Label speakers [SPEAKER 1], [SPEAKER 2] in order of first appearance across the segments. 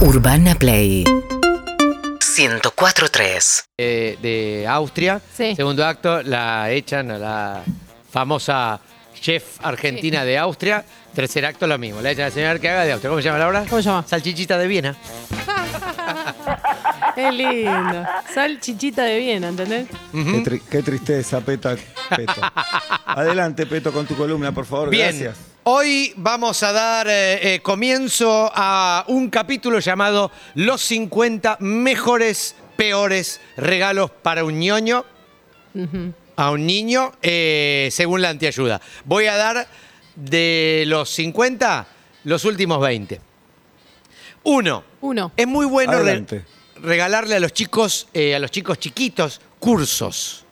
[SPEAKER 1] Urbana Play 104.3
[SPEAKER 2] eh, de Austria.
[SPEAKER 3] Sí.
[SPEAKER 2] Segundo acto, la echan a la famosa chef argentina de Austria. Tercer acto, lo mismo. La echan a la señora que haga de Austria. ¿Cómo se llama la obra?
[SPEAKER 3] ¿Cómo se llama?
[SPEAKER 2] Salchichita de Viena.
[SPEAKER 3] Es lindo. Sal chichita de Viena, ¿entendés?
[SPEAKER 4] Qué, tri- qué tristeza, Peta. Peto. Adelante, Peto, con tu columna, por favor.
[SPEAKER 2] Bien.
[SPEAKER 4] Gracias.
[SPEAKER 2] Hoy vamos a dar eh, eh, comienzo a un capítulo llamado Los 50 mejores, peores regalos para un ñoño, a un niño, eh, según la antiayuda. Voy a dar de los 50, los últimos 20. Uno,
[SPEAKER 3] Uno.
[SPEAKER 2] es muy bueno re-
[SPEAKER 4] Adelante.
[SPEAKER 2] regalarle a los chicos, eh, a los chicos chiquitos, cursos.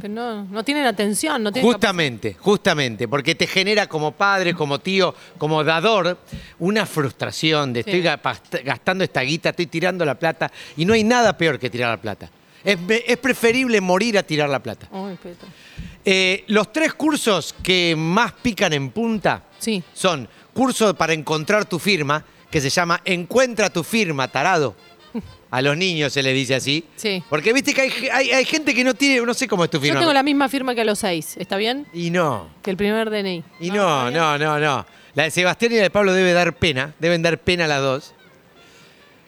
[SPEAKER 3] Pero no, no tienen atención, no tienen
[SPEAKER 2] Justamente, justamente, porque te genera como padre, como tío, como dador, una frustración de
[SPEAKER 3] Sí.
[SPEAKER 2] estoy ga- past- gastando esta guita, estoy tirando la plata y no hay nada peor que tirar la plata. Es, me- es preferible morir a tirar la plata.
[SPEAKER 3] capacidad. Ay, Peto.
[SPEAKER 2] Eh, los tres cursos que más pican en punta
[SPEAKER 3] Sí.
[SPEAKER 2] son curso para encontrar tu firma, que se llama Encuentra tu firma, tarado. A los niños se les dice así.
[SPEAKER 3] Sí.
[SPEAKER 2] Porque viste que hay, ge- hay- hay gente que no tiene, no sé cómo es tu
[SPEAKER 3] Yo
[SPEAKER 2] firma.
[SPEAKER 3] tengo la misma firma que a los seis, ¿está bien?
[SPEAKER 2] Y no.
[SPEAKER 3] Que el primer DNI.
[SPEAKER 2] Y no, no, no, no. La de Sebastián y la de Pablo debe dar pena, deben dar pena las dos.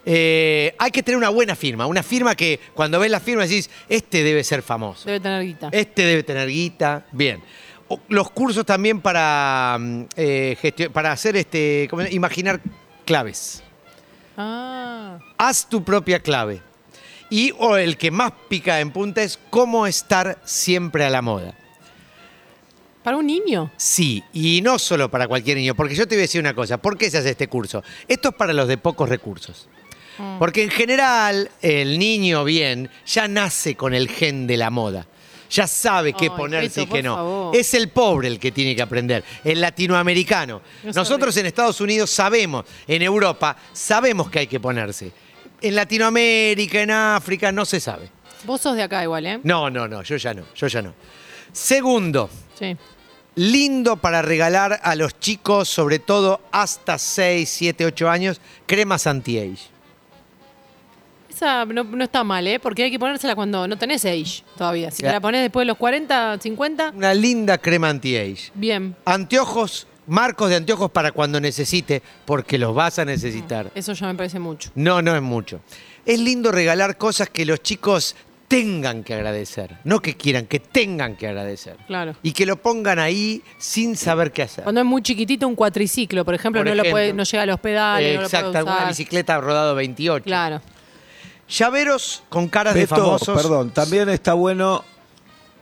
[SPEAKER 2] Eh, hay que tener una buena firma, una firma que cuando ves la firma decís, este debe ser famoso,
[SPEAKER 3] Debe tener guita.
[SPEAKER 2] este debe tener guita, bien. O- Los cursos también para, mm, eh, gestio- para hacer este, ¿cómo es? imaginar claves.
[SPEAKER 3] Ah.
[SPEAKER 2] Haz tu propia clave. Y o el que más pica en punta es cómo estar siempre a la moda.
[SPEAKER 3] Para un niño.
[SPEAKER 2] Sí, y no solo para cualquier niño, porque yo te voy a decir una cosa, ¿por qué se hace este curso? Esto es para los de pocos recursos.
[SPEAKER 3] Mm.
[SPEAKER 2] Porque en general el niño bien ya nace con el gen de la moda. Ya sabe qué
[SPEAKER 3] Ay,
[SPEAKER 2] ponerse
[SPEAKER 3] Beto,
[SPEAKER 2] y qué
[SPEAKER 3] por
[SPEAKER 2] no.
[SPEAKER 3] favor.
[SPEAKER 2] Es el pobre el que tiene que aprender, el latinoamericano.
[SPEAKER 3] No
[SPEAKER 2] Nosotros en Estados Unidos sabemos, en Europa sabemos que hay que ponerse. En Latinoamérica, en África, no se sabe.
[SPEAKER 3] Vos sos de acá igual, ¿eh?
[SPEAKER 2] No, no, no, yo ya no, yo ya no. Segundo,
[SPEAKER 3] Sí.
[SPEAKER 2] lindo para regalar a los chicos, sobre todo hasta 6, 7, 8 años, cremas anti-age.
[SPEAKER 3] Esa no, no está mal, ¿eh? Porque hay que ponérsela cuando no tenés age todavía. Si
[SPEAKER 2] Ya.
[SPEAKER 3] te la pones después de los 40, 50,
[SPEAKER 2] Una linda crema anti-age.
[SPEAKER 3] bien.
[SPEAKER 2] Anteojos, marcos de anteojos para cuando necesite, porque los vas a necesitar.
[SPEAKER 3] Eso ya me parece mucho.
[SPEAKER 2] No, no es mucho. Es lindo regalar cosas que los chicos tengan que agradecer, no que quieran, que tengan que agradecer.
[SPEAKER 3] Claro.
[SPEAKER 2] Y que lo pongan ahí sin saber qué hacer.
[SPEAKER 3] Cuando es muy chiquitito, un cuatriciclo, por ejemplo,
[SPEAKER 2] Por
[SPEAKER 3] no lo
[SPEAKER 2] ejemplo.
[SPEAKER 3] puede, no llega a los pedales,
[SPEAKER 2] Exacto,
[SPEAKER 3] no lo puede
[SPEAKER 2] una
[SPEAKER 3] usar.
[SPEAKER 2] bicicleta rodado 28.
[SPEAKER 3] Claro.
[SPEAKER 2] Llaveros con caras de
[SPEAKER 4] Peto,
[SPEAKER 2] famosos.
[SPEAKER 4] perdón, también está bueno.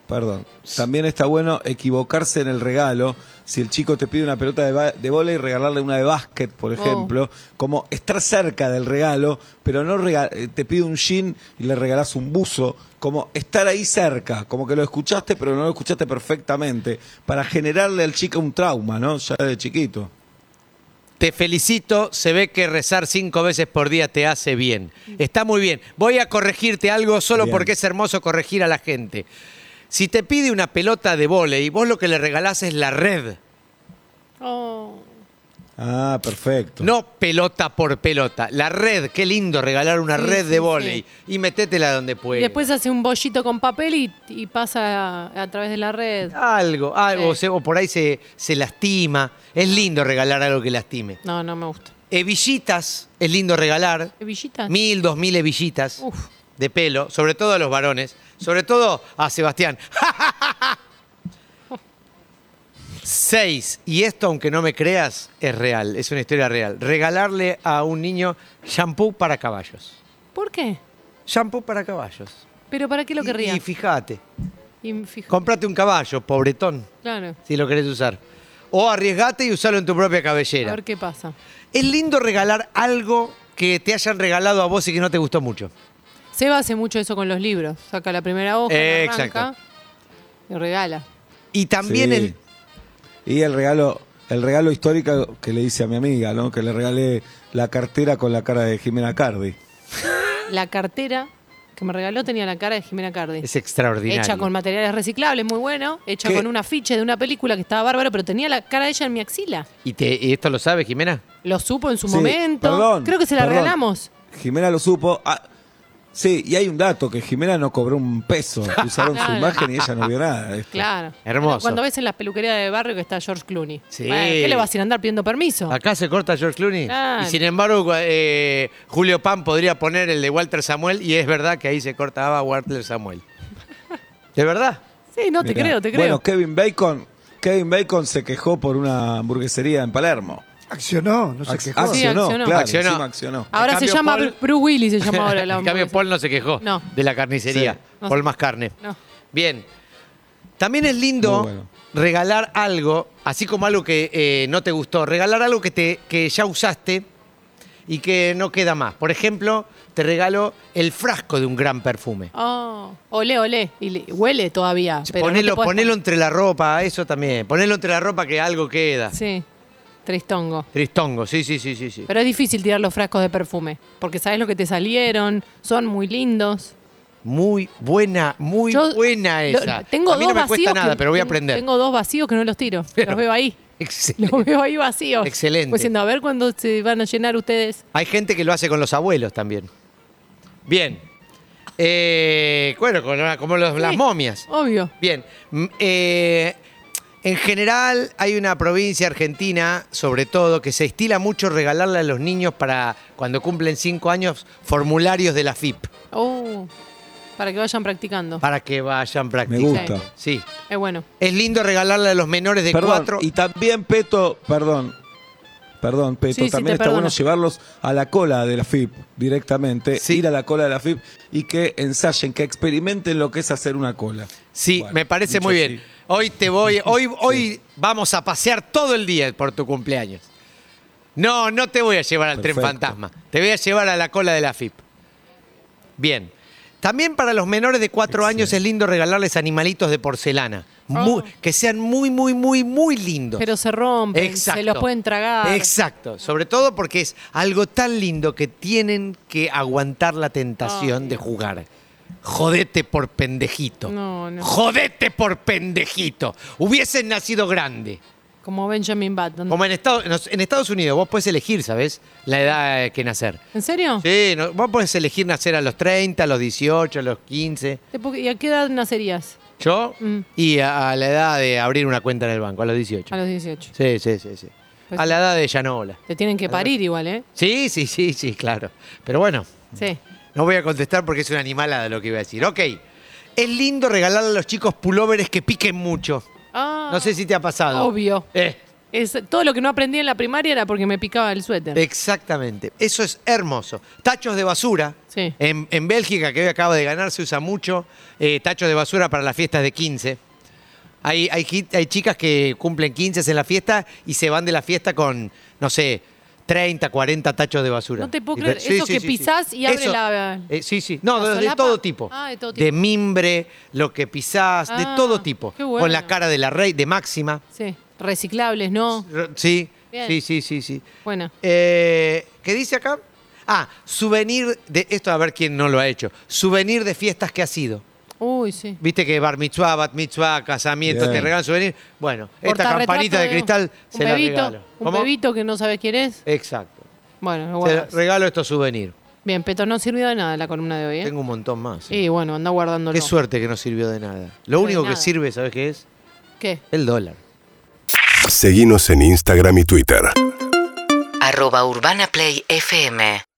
[SPEAKER 4] Perdón, también está bueno equivocarse en el regalo. Si el chico te pide una pelota de, ba- de bola y regalarle una de básquet,
[SPEAKER 2] Oh.
[SPEAKER 4] por ejemplo, como estar cerca del regalo, pero no rega- eh, te pide un jean y le regalás un buzo, como estar ahí cerca, como que lo escuchaste, pero no lo escuchaste perfectamente, para generarle al chico un trauma, ¿no? Ya de chiquito.
[SPEAKER 2] Te felicito, se ve que rezar cinco veces por día te hace bien. Está muy bien. Voy a corregirte algo solo
[SPEAKER 4] Bien.
[SPEAKER 2] porque es hermoso corregir a la gente. Si te pide una pelota de volei, vos lo que le regalás es la red,
[SPEAKER 3] Oh.
[SPEAKER 4] Ah, perfecto.
[SPEAKER 2] no pelota por pelota. La red, qué lindo regalar una
[SPEAKER 3] Sí,
[SPEAKER 2] red
[SPEAKER 3] sí,
[SPEAKER 2] de volei. Y metétela donde
[SPEAKER 3] Y
[SPEAKER 2] puedas.
[SPEAKER 3] después hace un bollito con papel y, y pasa a, a través de la red.
[SPEAKER 2] Algo, algo,
[SPEAKER 3] Sí.
[SPEAKER 2] o sea, o por ahí se, se lastima. Es lindo regalar algo que lastime.
[SPEAKER 3] No, no me gusta.
[SPEAKER 2] Hebillitas, es lindo regalar.
[SPEAKER 3] ¿Hebillitas?
[SPEAKER 2] Mil, dos mil hebillitas.
[SPEAKER 3] Ah. Uf.
[SPEAKER 2] de pelo, sobre todo a los varones, sobre todo a Sebastián. Seis, y esto aunque no me creas, es real, es una historia real. Regalarle a un niño shampoo para caballos.
[SPEAKER 3] ¿Por qué?
[SPEAKER 2] Shampoo para caballos.
[SPEAKER 3] ¿Pero para qué lo
[SPEAKER 2] Y-
[SPEAKER 3] querría?
[SPEAKER 2] Y, fíjate,
[SPEAKER 3] Y me fijo-
[SPEAKER 2] comprate un caballo, pobretón,
[SPEAKER 3] Claro.
[SPEAKER 2] si lo querés usar. O arriesgate y usalo en tu propia
[SPEAKER 3] A
[SPEAKER 2] cabellera.
[SPEAKER 3] ver qué pasa.
[SPEAKER 2] Es lindo regalar algo que te hayan regalado a vos y que no te gustó mucho.
[SPEAKER 3] Seba hace mucho eso con los libros. Saca la primera hoja,
[SPEAKER 2] Eh,
[SPEAKER 3] la arranca
[SPEAKER 2] exacto.
[SPEAKER 3] y regala.
[SPEAKER 2] Y también
[SPEAKER 4] Sí.
[SPEAKER 2] el,
[SPEAKER 4] Y el regalo, el regalo histórico que le hice a mi amiga, ¿no? Que le regalé la cartera con la cara de Jimena Cardi.
[SPEAKER 3] La cartera que me regaló tenía la cara de Jimena Cardi.
[SPEAKER 2] Es extraordinario.
[SPEAKER 3] Hecha con materiales reciclables, muy bueno. Hecha
[SPEAKER 4] ¿Qué?
[SPEAKER 3] con un afiche de una película que estaba bárbaro, pero tenía la cara de ella en mi axila.
[SPEAKER 2] ¿Y, te- y esto lo sabe, Jimena?
[SPEAKER 3] Lo supo en su
[SPEAKER 4] Sí,
[SPEAKER 3] momento.
[SPEAKER 4] perdón,
[SPEAKER 3] Creo que se la
[SPEAKER 4] perdón.
[SPEAKER 3] regalamos.
[SPEAKER 4] Jimena lo supo. Ah, sí, y hay un dato, que Jimena no cobró un peso. Usaron su
[SPEAKER 3] Claro.
[SPEAKER 4] imagen y ella no vio nada. de esto.
[SPEAKER 3] Claro.
[SPEAKER 2] Hermoso.
[SPEAKER 3] Cuando ves en la peluquería de barrio que está George Clooney.
[SPEAKER 2] Sí. Ah,
[SPEAKER 3] Bueno, ¿Qué le vas a ir a andar pidiendo permiso?
[SPEAKER 2] Acá se corta George Clooney.
[SPEAKER 3] Claro.
[SPEAKER 2] Y sin embargo, eh, Julio Pan podría poner el de Walter Samuel y es verdad que ahí se cortaba Walter Samuel. ¿De verdad?
[SPEAKER 3] Sí, no, te
[SPEAKER 4] Mirá.
[SPEAKER 3] creo, te creo.
[SPEAKER 4] Bueno, Kevin Bacon, Kevin Bacon se quejó por una hamburguesería en Palermo.
[SPEAKER 1] Accionó, no sé
[SPEAKER 4] Ac-
[SPEAKER 1] qué
[SPEAKER 4] accionó,
[SPEAKER 3] Sí, accionó.
[SPEAKER 4] claro,
[SPEAKER 2] Accionó.
[SPEAKER 4] encima accionó.
[SPEAKER 3] ahora
[SPEAKER 2] en
[SPEAKER 3] se
[SPEAKER 2] cambio,
[SPEAKER 3] llama
[SPEAKER 2] Paul-
[SPEAKER 3] Bruce Willis, se llama ahora la
[SPEAKER 2] en cambio,
[SPEAKER 3] hamburguesa.
[SPEAKER 2] Paul no se quejó
[SPEAKER 3] No.
[SPEAKER 2] de la carnicería.
[SPEAKER 4] Sí.
[SPEAKER 2] Paul más carne.
[SPEAKER 3] No.
[SPEAKER 2] Bien. También es lindo
[SPEAKER 4] Muy bueno.
[SPEAKER 2] regalar algo, así como algo que eh, no te gustó, regalar algo que, te, que ya usaste y que no queda más. Por ejemplo, te regalo el frasco de un gran perfume.
[SPEAKER 3] Oh, olé, olé. Y le- huele todavía. pero no te
[SPEAKER 2] ponelo,
[SPEAKER 3] podés
[SPEAKER 2] ponelo
[SPEAKER 3] poner-
[SPEAKER 2] entre la ropa, eso también. Ponelo entre la ropa que algo queda.
[SPEAKER 3] Sí, tristongo.
[SPEAKER 2] Tristongo, sí, sí, sí, sí. sí.
[SPEAKER 3] Pero es difícil tirar los frascos de perfume, porque sabes lo que te salieron, son muy lindos.
[SPEAKER 2] Muy buena, muy
[SPEAKER 3] Yo-
[SPEAKER 2] buena
[SPEAKER 3] lo-
[SPEAKER 2] esa.
[SPEAKER 3] tengo
[SPEAKER 2] a mí
[SPEAKER 3] dos
[SPEAKER 2] no me
[SPEAKER 3] vacíos
[SPEAKER 2] cuesta
[SPEAKER 3] que-
[SPEAKER 2] nada, pero voy a
[SPEAKER 3] tengo-
[SPEAKER 2] aprender.
[SPEAKER 3] Tengo dos vacíos que no los tiro, los veo ahí.
[SPEAKER 2] Excelente.
[SPEAKER 3] Los veo ahí vacíos.
[SPEAKER 2] Excelente.
[SPEAKER 3] Pues diciendo, a ver cuándo se van a llenar ustedes.
[SPEAKER 2] Hay gente que lo hace con los abuelos también. Bien. Eh, bueno, con la- como los- las
[SPEAKER 3] Sí,
[SPEAKER 2] momias.
[SPEAKER 3] Obvio.
[SPEAKER 2] Bien. Mm, eh, en general hay una provincia argentina, sobre todo, que se estila mucho regalarle a los niños para cuando cumplen cinco años formularios de la FIP,
[SPEAKER 3] Oh, para que vayan practicando.
[SPEAKER 2] para que vayan
[SPEAKER 4] Me
[SPEAKER 2] practicando.
[SPEAKER 4] gusta.
[SPEAKER 2] Sí.
[SPEAKER 3] Es bueno.
[SPEAKER 2] Es lindo regalarle a los menores de
[SPEAKER 4] Perdón,
[SPEAKER 2] cuatro.
[SPEAKER 4] y también Peto, perdón, perdón, Peto,
[SPEAKER 3] Sí, sí, te
[SPEAKER 4] también está
[SPEAKER 3] perdono.
[SPEAKER 4] bueno llevarlos a la cola de la FIP directamente,
[SPEAKER 2] Sí.
[SPEAKER 4] ir a la cola de la FIP y que ensayen, que experimenten lo que es hacer una cola.
[SPEAKER 2] Sí,
[SPEAKER 4] Bueno,
[SPEAKER 2] me parece
[SPEAKER 4] dicho
[SPEAKER 2] muy bien.
[SPEAKER 4] así.
[SPEAKER 2] Hoy te voy, hoy, hoy vamos a pasear todo el día por tu cumpleaños. No, no te voy a llevar al tren
[SPEAKER 4] Perfecto.
[SPEAKER 2] fantasma. Te voy a llevar a la cola de la FIP. Bien. También para los menores de cuatro años es lindo regalarles animalitos de porcelana. Muy-
[SPEAKER 4] Oh.
[SPEAKER 3] Ah.
[SPEAKER 2] que sean muy, muy, muy, muy lindos.
[SPEAKER 3] Pero se rompen,
[SPEAKER 2] Exacto.
[SPEAKER 3] se los pueden tragar.
[SPEAKER 2] Exacto. Sobre todo porque es algo tan lindo que tienen que aguantar la tentación de jugar. Jodete por pendejito.
[SPEAKER 3] No, no.
[SPEAKER 2] Jodete por pendejito. Hubiesen nacido grande.
[SPEAKER 3] Como Benjamin Button.
[SPEAKER 2] Como en Estados, en los- en Estados Unidos, vos podés elegir, ¿sabés? La edad eh, que nacer.
[SPEAKER 3] ¿En serio?
[SPEAKER 2] Sí, no- vos podés elegir nacer a los 30, a los 18, a los 15.
[SPEAKER 3] Te po- ¿Y a qué edad nacerías?
[SPEAKER 2] Yo,
[SPEAKER 3] Mm.
[SPEAKER 2] y a, a la edad de abrir una cuenta en el banco, a los 18.
[SPEAKER 3] A los 18.
[SPEAKER 2] Sí, sí, sí, sí.
[SPEAKER 3] Pues
[SPEAKER 2] a
[SPEAKER 3] sí.
[SPEAKER 2] la edad de Yanola.
[SPEAKER 3] Te tienen que parir igual, ¿eh?
[SPEAKER 2] Sí, sí, sí, sí, claro. Pero bueno,
[SPEAKER 3] Sí.
[SPEAKER 2] no voy a contestar porque es una animalada lo que iba a decir. Ok. Es lindo regalarle a los chicos pulóveres que piquen mucho.
[SPEAKER 3] Ah,
[SPEAKER 2] No sé si te ha pasado.
[SPEAKER 3] Obvio.
[SPEAKER 2] Eh,
[SPEAKER 3] Es, todo lo que no aprendí en la primaria era porque me picaba el suéter.
[SPEAKER 2] exactamente. Eso es hermoso. Tachos de basura.
[SPEAKER 3] Sí.
[SPEAKER 2] En, en Bélgica, que hoy acaba de ganar, se usa mucho eh, tachos de basura para las fiestas de 15. Hay, hay, ji- hay chicas que cumplen 15 en la fiesta y se van de la fiesta con, no sé, 30, 40 tachos de basura.
[SPEAKER 3] No te puedo
[SPEAKER 2] Y
[SPEAKER 3] creer. Eso que pisás y abre
[SPEAKER 2] Eso,
[SPEAKER 3] la-
[SPEAKER 2] eh, sí, sí. No,
[SPEAKER 3] ¿La
[SPEAKER 2] de- de,
[SPEAKER 3] solapa?
[SPEAKER 2] todo tipo.
[SPEAKER 3] Ah, de todo tipo.
[SPEAKER 2] mimbre, lo que pisás, de
[SPEAKER 3] Ah,
[SPEAKER 2] todo tipo.
[SPEAKER 3] qué bueno.
[SPEAKER 2] Con la cara de la rey, de máxima.
[SPEAKER 3] Sí. Reciclables, ¿no?
[SPEAKER 2] Sí,
[SPEAKER 3] Bien.
[SPEAKER 2] sí, sí, sí, sí.
[SPEAKER 3] Buena.
[SPEAKER 2] Eh, ¿Qué dice acá? Ah, souvenir de. Esto a ver quién no lo ha hecho. Souvenir de fiestas que ha sido.
[SPEAKER 3] Uy, sí.
[SPEAKER 2] Viste que bar mitzvah, bat mitzvah, casamiento,
[SPEAKER 4] Bien.
[SPEAKER 2] te regalan souvenir. Bueno, esta
[SPEAKER 3] Portarretrato
[SPEAKER 2] campanita de
[SPEAKER 3] un-
[SPEAKER 2] cristal
[SPEAKER 3] un
[SPEAKER 2] se la
[SPEAKER 3] bebito,
[SPEAKER 2] regalo.
[SPEAKER 3] Un
[SPEAKER 2] ¿Cómo?
[SPEAKER 3] bebito que no sabes quién es.
[SPEAKER 2] Exacto.
[SPEAKER 3] Bueno, lo
[SPEAKER 2] Se
[SPEAKER 3] guardas.
[SPEAKER 2] regalo estos souvenirs.
[SPEAKER 3] Bien, Peto, no sirvió de nada la columna de hoy, ¿eh?
[SPEAKER 2] Tengo un montón más.
[SPEAKER 3] Y bueno, anda guardándolo.
[SPEAKER 2] Qué suerte que no sirvió de nada. Lo
[SPEAKER 3] de
[SPEAKER 2] único que
[SPEAKER 3] nada.
[SPEAKER 2] sirve, ¿sabes qué es?
[SPEAKER 3] ¿Qué?
[SPEAKER 2] El dólar.
[SPEAKER 5] Seguinos en Instagram y Twitter.
[SPEAKER 6] arroba urbanaplayfm